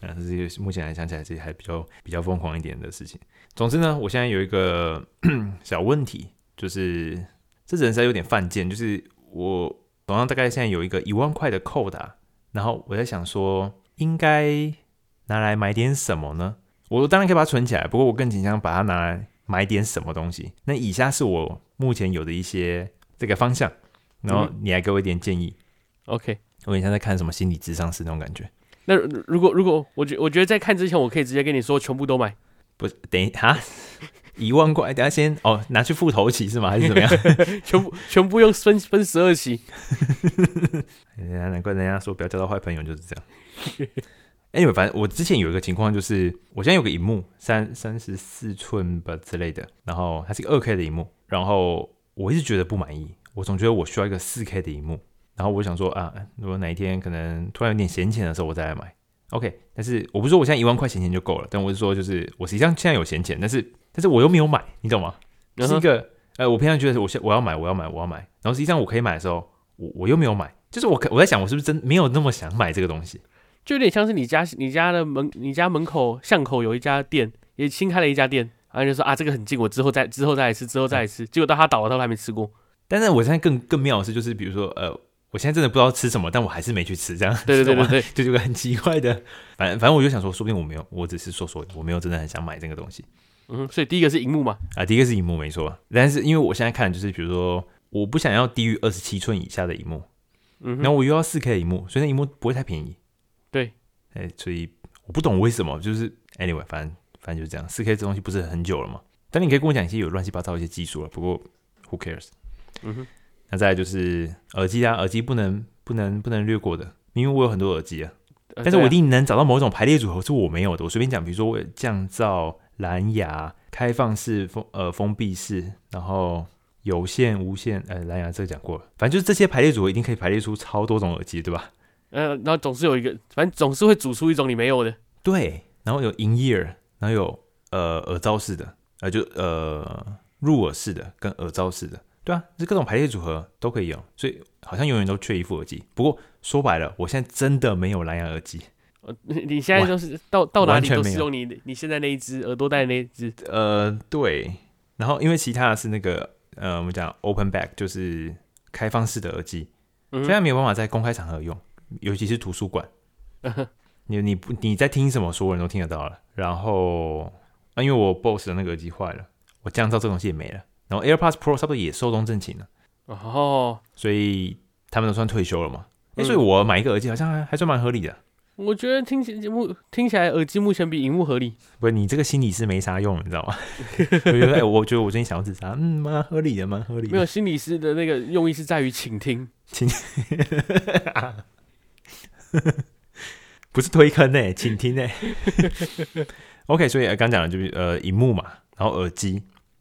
啊，这是目前来想起来是还比较比较疯狂一点的事情。总之呢，我现在有一个 小问题，就是这人实在有点犯贱，就是我手上大概现在有一个一万块的扣打、然后我在想说，应该拿来买点什么呢？我当然可以把它存起来，不过我更倾向把它拿来买点什么东西。那以下是我目前有的一些这个方向，然后你来给我一点建议。
OK，
有点像在看什么心理智商师那种感觉。
那如如果如果我觉我觉得在看之前，我可以直接跟你说全部都买，
不是，等一哈，一万块，等一下先哦，拿去付头期是吗？还是怎么样？
全部全部用分分十 二期。
人家哎难怪人家说不要交到坏朋友就是这样。anyway，反正我之前有一个情况就是，我现在有个荧幕，三三十四寸吧之类的，然后它是一个二 K 的荧幕，然后我一直觉得不满意，我总觉得我需要一个四 K 的荧幕，然后我想说啊，如果哪一天可能突然有点闲钱的时候，我再来买。OK，但是我不是说我现在一万块闲钱就够了，但我是说就是我实际上现在有闲钱，但是但是我又没有买，你懂吗？
然
是
后
一个呃，我平常觉得我现我要买，我要买，我要买，然后实际上我可以买的时候，我我又没有买，就是我可我在想，我是不是真没有那么想买这个东西？
就有点像是你家你家的门你家门口巷口有一家店，也新开了一家店，然后就说啊这个很近，我之后再之后再来吃，之后再来吃，结果到他倒了，他都还没吃过。
但是我现在更更妙的是，就是比如说呃，我现在真的不知道吃什么，但我还 是没去吃，这样
对 对对对对，
就有个很奇怪的，反正反正我就想说，说不定我没有，我只是说说，我没有真的很想买这个东西
嗯哼，所以第一个是荧幕嘛，
啊、第一个是荧幕没错，但是因为我现在看就是比如说，我不想要低于二十七寸以下的荧幕，
嗯
然
哼，
后我又要四 K 荧幕，所以那荧幕不会太便宜。
对，
哎、所以我不懂为什么，就是 anyway，反正反正就是这样。四 K 这东西不是很久了嘛？但你可以跟我讲一些有乱七八糟的一些技术了，不过 who cares？
嗯哼，
那再来就是耳机啊，耳机不能不能不能略过的，因为我有很多耳机啊，
呃
但是我一
对啊
定能找到某种排列组合是我没有的。我随便讲，比如说我有降噪、蓝牙、开放式封呃封闭式，然后有线、无线，呃蓝牙这个讲过了，反正就是这些排列组合一定可以排列出超多种耳机，对吧？
呃，然后总是有一个，反正总是会煮出一种你没有的。
对，然后有 in ear，然后有呃耳罩式的，呃就呃入耳式的跟耳罩式的，对啊，这各种排列组合都可以有，所以好像永远都缺一副耳机。不过说白了，我现在真的没有蓝牙耳机，
呃你你现在都是到到哪
完
里
全
都
没
是
有
用你你现在那一只耳朵戴的那一只，
呃对，然后因为其他的是那个呃我们讲 open back 就是开放式的耳机，
嗯哼
虽然没有办法在公开场合用，尤其是图书馆。
嗯
你你不你在听什么，所有人都听得到了。然后啊，因为我 BOSS 的那个耳机坏了，我降噪这东西也没了。然后 AirPods Pro 差不多也寿终正寝了，
哦，
所以他们都算退休了嘛。哎、
嗯
所以我买一个耳机好像还还算蛮合理的。
我觉得听起目听起来耳机目前比荧幕合理。
不是你这个心理是没啥用，你知道吗？ 我觉得，哎，我觉得我最近想要自杀，嗯，蛮合理的，蛮合理
没有
的。
心理师的那个用意是在于倾听，
不是推坑呢、请听呢、OK，所以呃刚讲的就是呃，荧幕嘛，然后耳机，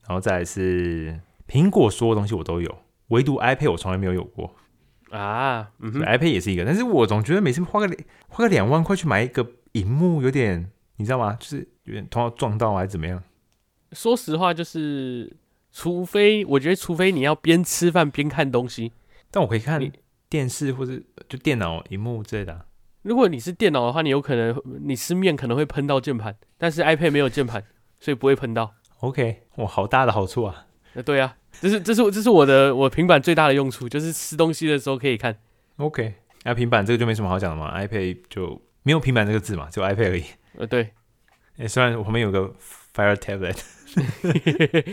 然后再来是苹果所有东西我都有，唯独 iPad 我从来没有有过。
啊，嗯
对
哼，
iPad 也是一个，但是我总觉得每次花个两花个两万块去买一个荧幕，有点你知道吗？就是有点头脑撞到还是怎么样？
说实话就是，除非我觉得，除非你要边吃饭边看东西。
但我可以看
你
电视或者就电脑荧幕之类的啊、
如果你是电脑的话，你有可能你吃面可能会喷到键盘，但是 iPad 没有键盘， 所以不会喷到。
OK，哇，好大的好处啊！
呃，对啊，这是这是这是我的我平板最大的用处，就是吃东西的时候可以看。
OK，那、平板这个就没什么好讲的嘛，iPad 就没有平板这个字嘛，只有 iPad 而已。
呃，对，
哎、虽然我旁边有个 Fire Tablet，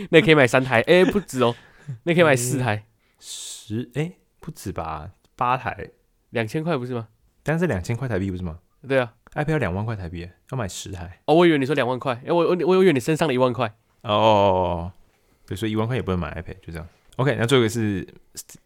那可以买三台，哎、不止哦，那可以买四台，
十哎、不止吧，八台，
两千块不是吗？
但是两千块台币不是吗
对啊，
？iPad 要两万块台币，要买十台。
哦，我以为你说两万块，哎、我我我以为你身上的一万块，
哦哦哦哦，对，所以一万块也不能买 iPad，就这样。OK，那最后一个是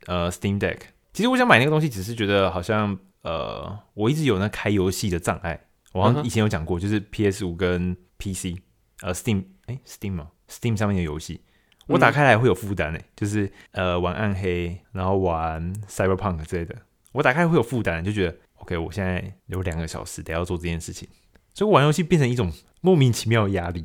呃 Steam Deck。其实我想买那个东西，只是觉得好像呃，我一直有那开游戏的障碍。我好
嗯
像
哼
以前有讲过，就是 PS 五跟 PC，呃 Steam，哎、Steam 嘛、Steam 上面的游戏，
嗯
我打开来会有负担诶，就是呃玩暗黑，然后玩 Cyberpunk 之类的，我打开会有负担，就觉得 OK，我现在有两个小时得要做这件事情，所以我玩游戏变成一种莫名其妙的压力。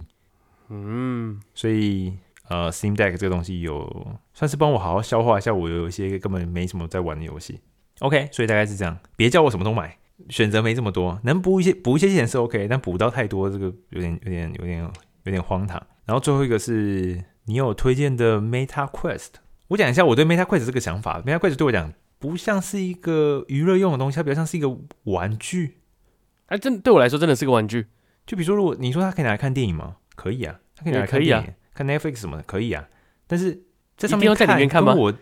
嗯，
所以呃，Steam Deck 这个东西有算是帮我好好消化一下，我有一些根本没什么在玩的游戏。OK，所以大概是这样，别叫我什么都买，选择没这么多，能补一些补一些钱是 OK，但补到太多这个有点有点有点有点荒唐。然后最后一个是你有推荐的 Meta Quest，我讲一下我对 Meta Quest 这个想法。Meta Quest 对我讲不像是一个娱乐用的东西，它比较像是一个玩具。
哎、真对我来说真的是个玩具，
就比如说，如果你说它可以拿来看电影吗？可以啊，它可以拿来看
也可以
电
啊
影、看 Netflix 什么的，可以啊。但是在上
一
面
定要在里面看吗
跟我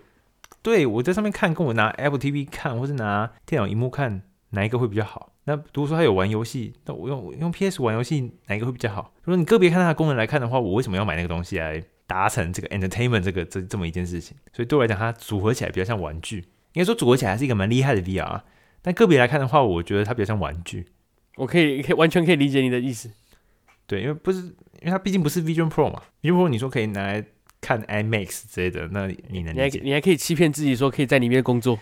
对我在上面看，跟我拿 Apple TV 看，或是拿电脑荧幕看，哪一个会比较好？那如果说他有玩游戏，那我用用 PS 玩游戏，哪一个会比较好？如果你个别看它的功能来看的话，我为什么要买那个东西来达成这个 entertainment 这个这这么一件事情？所以对我来讲，它组合起来比较像玩具。应该说组合起来还是一个蛮厉害的 VR，但个别来看的话，我觉得它比较像玩具。
我可以可以完全可以理解你的意思。
对，因为不是，因为它毕竟不是 Vision Pro 嘛，Vision Pro 你说可以拿来看 IMAX 之类的，那你能
你还
理解？
你还可以欺骗自己说可以在里面工作，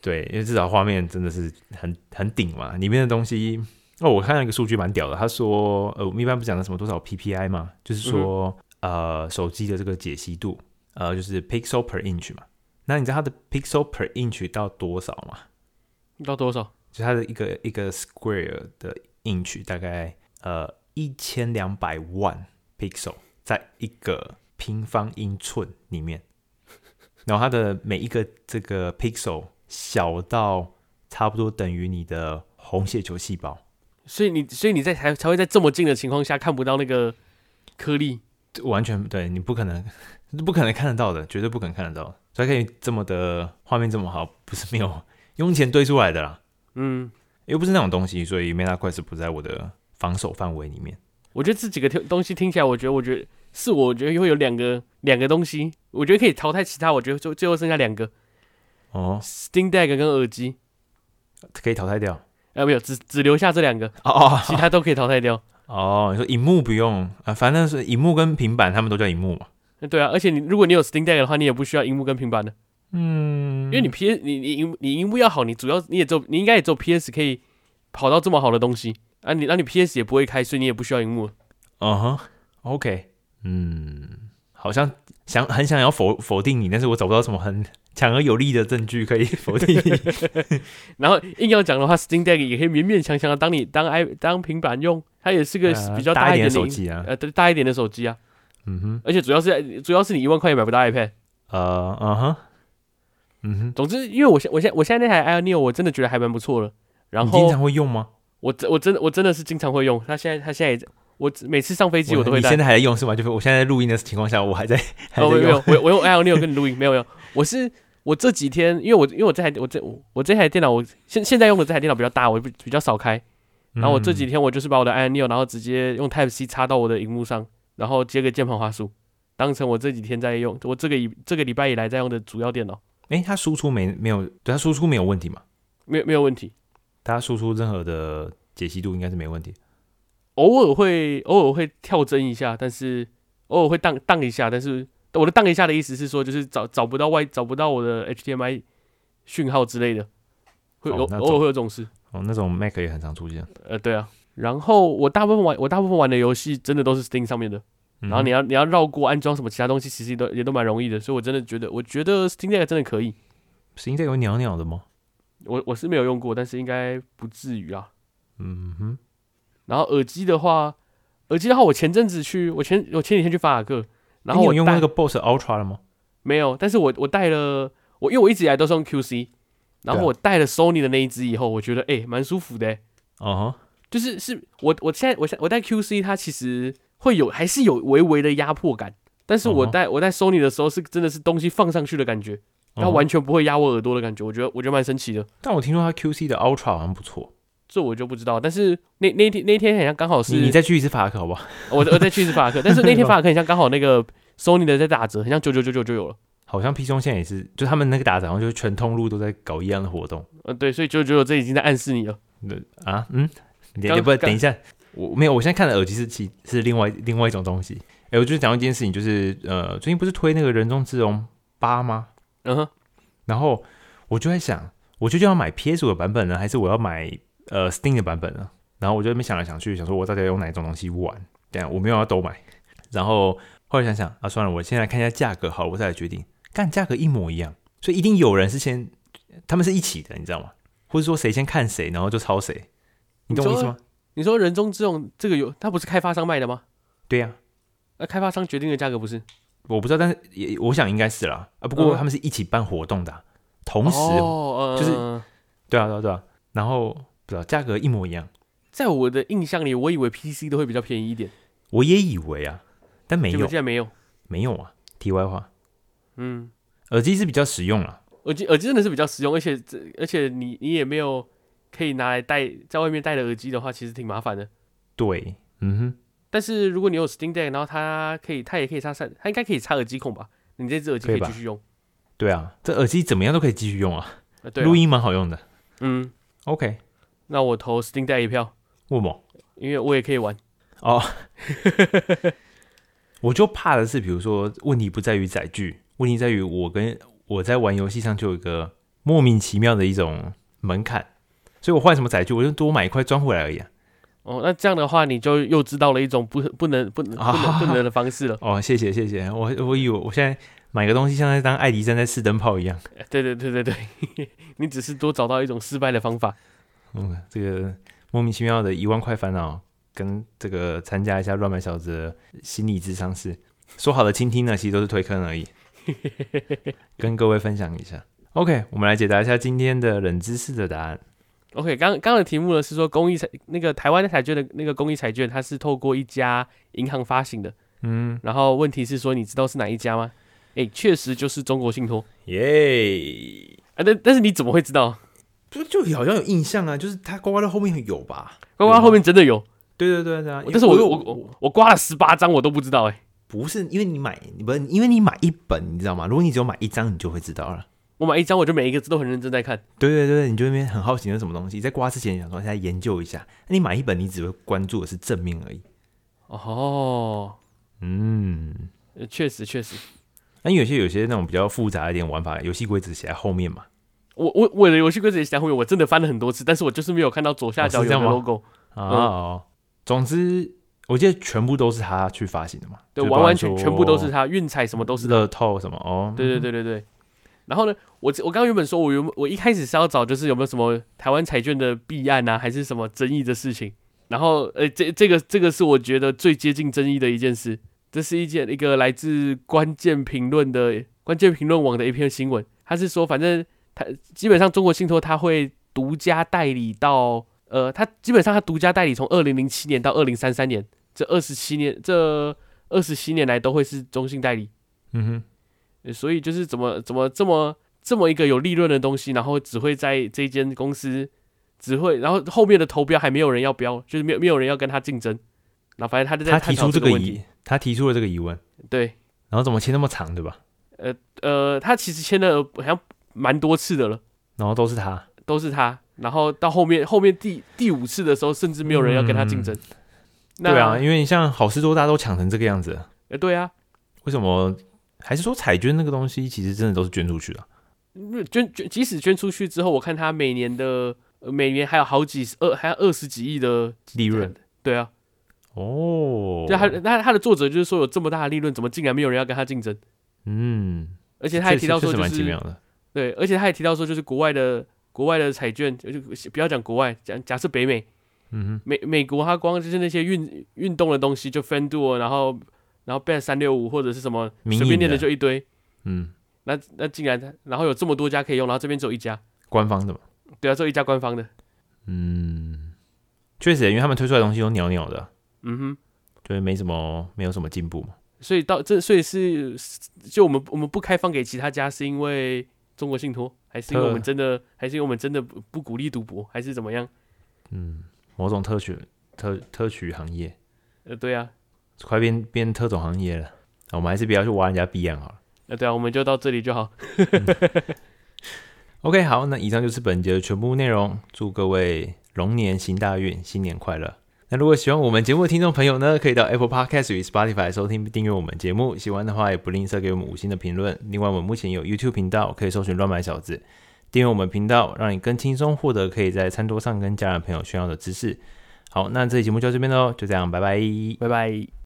对，因为至少画面真的是很很顶嘛，里面的东西哦，我看到一个数据蛮屌的，他说呃，我们一般不讲的什么多少 PPI 嘛，就是说、
嗯
呃手机的这个解析度，呃就是 pixel per inch 嘛，那你知道它的 pixel per inch 到多少吗？
到多少？
就它的一个一个 square 的 inch 大概呃一千两百万 pixel 在一个平方英寸里面， 然后它的每一个这个 pixel 小到差不多等于你的红血球细胞。
所以你所以你在才才会在这么近的情况下看不到那个颗粒，
完全对你不可能， 不可能看得到的，绝对不可能看得到的。所以可以这么的画面这么好，不是没有用钱堆出来的啦，
嗯，
又不是那种东西，所以 Meta Quest 不在我的防守范围里面。
我觉得这几个听东西听起来，我觉得，我觉得是我，我觉得会有两个两个东西，我觉得可以淘汰其他，我觉得就最后剩下两个
哦，
Steam Deck 跟耳机，
可以淘汰掉。
呃，没有，只只留下这两个，
哦
其他都可以淘汰掉。
哦，你说荧幕不用啊、反正是荧幕跟平板，他们都叫荧幕嘛。
那对啊，而且你如果你有 Steam Deck 的话，你也不需要荧幕跟平板的，
嗯，
因为你 P 你你荧你荧幕要好，你主要你也就你应该也只有 PS 可以跑到这么好的东西啊，你那你 PS 也不会开，所以你也不需要荧幕了。
嗯哼，OK，嗯，好像想很想要否否定你，但是我找不到什么很强而有力的证据可以否定 你。
然后硬要讲的话，Steam Deck 也可以勉勉强强的当你当 i 当平板用，它也是个
呃
比较
大
一
点的
点的
手
荧
机啊，
呃，对，大一点的手机啊，
嗯哼，
而且主要是主要是你一万块也买不到 iPad。
呃，嗯哼，嗯哼，
总之，因为我现我现我现在那台 iNeo 我真的觉得还蛮不错的。然
你经
后
常会用吗？
我真我真的我真的是经常会用它，现在它现在也我每次上飞机我都会
你
带
现。在还在用是吗？就是我现在在录音的情况下，我 还在还在
哦，没有没
用
有，我我用 iNeo 跟你录音，没有没有，我是我这几天因为我因为我这台我这我这台电脑我现现在用的这台电脑比较大，我比比较少开。然后我这几
嗯
天我就是把我的 iNeo，然后直接用 Type C 插到我的荧幕上，然后接个键盘滑鼠，当成我这几天在用，我这个以这个礼拜以来在用的主要电脑，
诶，它输出没没有？对，它输出没有问题嘛？
没有没有问题。
它输出任何的解析度应该是没问题。
偶尔会偶尔会跳帧一下，但是偶尔会荡荡一下，但是我的荡一下的意思是说，就是找找不到外找不到我的 HDMI 讯号之类的，会有
哦那种
偶尔会有这种事。
哦，那种 Mac 也很常出现。
呃，对啊。然后我大部分玩我大部分玩的游戏真的都是 Steam 上面的。
嗯
然后你要你要绕过安装什么其他东西，其实都也都蛮容易的，所以我真的觉得，我觉得 Steam Deck 真的可以。
Steam Deck 有鸟鸟的吗？
我我是没有用过，但是应该不至于啊。
嗯哼，
然后耳机的话，耳机的话，我前阵子去，我前我前几天去法尔克，然后
诶你
我
有用过
戴
那个 Boss Ultra 了吗？
没有，但是我我带了，我因为我一直以来都是用 QC，然
对
后
啊
我带了 Sony 的那一只以后，我觉得诶蛮、舒服的、欸
哦、
就是是我我现在我现我戴 QC，它其实会有还是有微微的压迫感，但是我
嗯哼
戴、我戴 Sony 的时候是真的是东西放上去的感觉。
嗯
它完全不会压我耳朵的感觉，我觉得我觉得蛮神奇的。
但我听说它 QC 的 Ultra 好像不错。
这我就不知道，但是那那天那天好像刚好是
你你再去一次法克好不好？
我我在去一次法尔克，但是那 天法尔克很像刚好那个 Sony 的在打折，很像九九九九就有了。
好像 P 中现在也是，就他们那个打赏，就是全通路都在搞一样的活动。
呃，对，所以九九九这已经在暗示你了。
那啊，嗯，你
刚
你不
刚
等一下，我没有，我现在看的耳机是其是另外另外一种东西。哎、我就是讲到一件事情，就是呃，最近不是推那个人中之龙八吗？
嗯哼，
然后我就在想，我究竟要买 PS 五的版本呢，还是我要买呃 Steam 的版本呢？然后我就在那边想来想去，想说我到底要用哪一种东西玩？但我没有要都买。然后后来想想啊，算了，我先来看一下价格，好了，我再来决定。干价格一模一样，所以一定有人是先，他们是一起的，你知道吗？或者说谁先看谁，然后就抄谁，你懂我意思吗？
你说人中之龙这个有，它不是开发商卖的吗？
对呀、
那、开发商决定的价格不是？
我不知道，但是也我想应该是啦。啊，不过
嗯
他们是一起办活动的啊、同时，
哦，呃、
就是
是
对啊，对啊，对啊。然后不知道价格一模一样，
在我的印象里，我以为 PC 都会比较便宜一点，
我也以为啊，但没
结果
有，
竟然没有。
没有啊。题外话，
嗯，
啊、耳机是比较实用啊了，
耳机耳机真的是比较实用，而且这而且你你也没有可以拿来戴在外面戴的耳机的话，其实挺麻烦的。
对，嗯哼，
但是如果你有 Steam Deck，然后它可以它也可以插塞，它应该可以插耳机孔吧？你这只耳机可
可
以
以吧
继续用。
对啊，这耳机怎么样都可以继续用啊，
啊对啊
录音蛮好用的。
嗯，
OK，
那我投 Steam Deck 一票，
为什么？
因为我也可以玩。
我就怕的是，比如说问题不在于载具，问题在于我跟我在玩游戏上就有一个莫名其妙的一种门槛，所以我换什么载具，我就多买一块装回来而已、啊。
哦，那这样的话，你就又知道了一种不不 能不
啊
能不能不能的方式了。
哦，谢谢谢谢，我我以为我现在买个东西像在当爱迪生在试灯泡一样。
对对对对对， 你只是多找到一种失败的方法。
嗯，这个莫名其妙的一万块烦恼，跟这个参加一下乱买小子的心理智商是说好的倾听呢，其实都是推坑 而已。跟各位分享一下。OK，我们来解答一下今天的冷知识的答案。
OK，刚刚的题目呢是说公益彩那个台湾的彩券的那个公益彩券，它是透过一家银行发行的。
嗯，
然后问题是说你知道是哪一家吗？诶，确实就是中国信托
耶、
啊，但但是你怎么会知道？
就就好像有印象啊，就是他刮刮乐后面有吧？
呱呱后面真的有，
对对对对啊！
但是我我我我刮了十八张，我都不知道诶，欸
不是因为你买，你不是因为你买一本，你知道吗？如果你只有买一张，你就会知道了。
我买一张，我就每一个字都很认真在看。
对对对，你就那边很好奇那是什么东西，在刮之前想说再研究一下。那你买一本，你只会关注的是正面而已。
哦，
嗯，
呃确实确实，
那因为有些有些那种比较复杂一点玩法，游戏规则写在后面嘛。
我我我的游戏规则也想后面，我真的翻了很多次，但是我就是没有看到左下
哦
角
是
有
这样
个
吗
logo，、
啊、
嗯
哦，总之我记得全部都是他去发行的嘛。
对，
就
完完全
包含说
全部都是它，运彩什么都是它。
乐透什么哦。
对对对对对。然后呢，我我刚刚原本说，我原本我一开始是要找就是有没有什么台湾彩券的弊案啊，还是什么争议的事情。然后，呃，这这个这个是我觉得最接近争议的一件事。这是一件一个来自关键评论的关键评论网的一篇新闻，他是说，反正他基本上中国信托他会独家代理到，呃，他基本上他独家代理从二零零七年到二零三三年这二十七年这二十七年来都会是中信代理。
嗯哼，
呃所以就是怎么怎么这么这么一个有利润的东西，然后只会在这间公司，只会然后后面的投标还没有人要标，就是没有没有人要跟他竞争，然后反正他就在
他提
探讨
出
这
这个
问
疑
题。，
他提出了这个疑问，
对，
然后怎么签那么长，对吧？
呃，他其实签了好像蛮多次的了，
然后都是他，
都是他。然后到后面后面第第五次的时候，甚至没有人要跟他竞争。那
嗯对啊，因为你像好事多大家都抢成这个样子，
呃对啊，
为什么？还是说彩券那个东西其实真的都是捐出去的？
捐捐，即使捐出去之后，我看他每年的、呃每年还有好几十二，还有二十几亿的
利润。
对啊，
哦，
对他，那他的作者就是说有这么大的利润，怎么竟然没有人要跟他竞争？
嗯，
而且他还提到
确
说
实
就
蛮奇妙
是
的。
对，而且他也提到说就是国外的国外的彩券，就就不要讲国外，讲假设北美，
嗯
美美国它光就是那些运运动的东西，就 FanDuel，然后然后 Bet 三六五或者是什么
民
随
营
便念的
的
就一堆，
哼，嗯，
那那竟然然后有这么多家可以用，然后这边只有一家，
官方的嘛，
对啊，只有一家官方的，
嗯，确实，因为他们推出来的东西都袅袅的，
嗯哼。
就是没什么没有什么进步嘛。
所以到这，所以是就我们我们不开放给其他家，是因为中国信托，还是因为
特
我们真的，还是因为我们真的不不鼓励赌博，还是怎么样？
嗯，某种特许特特许行业
呃，对啊，
快变变特种行业了，啊我们还是不要去挖人家币案好了。
呃，对啊，我们就到这里就好。
OK，好，那以上就是本节的全部内容。祝各位龙年行大运，新年快乐！那如果喜欢我们节目的听众朋友呢，可以到 Apple Podcast 与 Spotify 收听订阅我们节目。喜欢的话，也不吝啬给我们五星的评论。另外，我们目前有 YouTube 频道，可以搜寻“乱买小子”，订阅我们频道，让你更轻松获得可以在餐桌上跟家人朋友炫耀的知识。好，那这期节目就到这边喽，就这样，拜拜。
拜拜。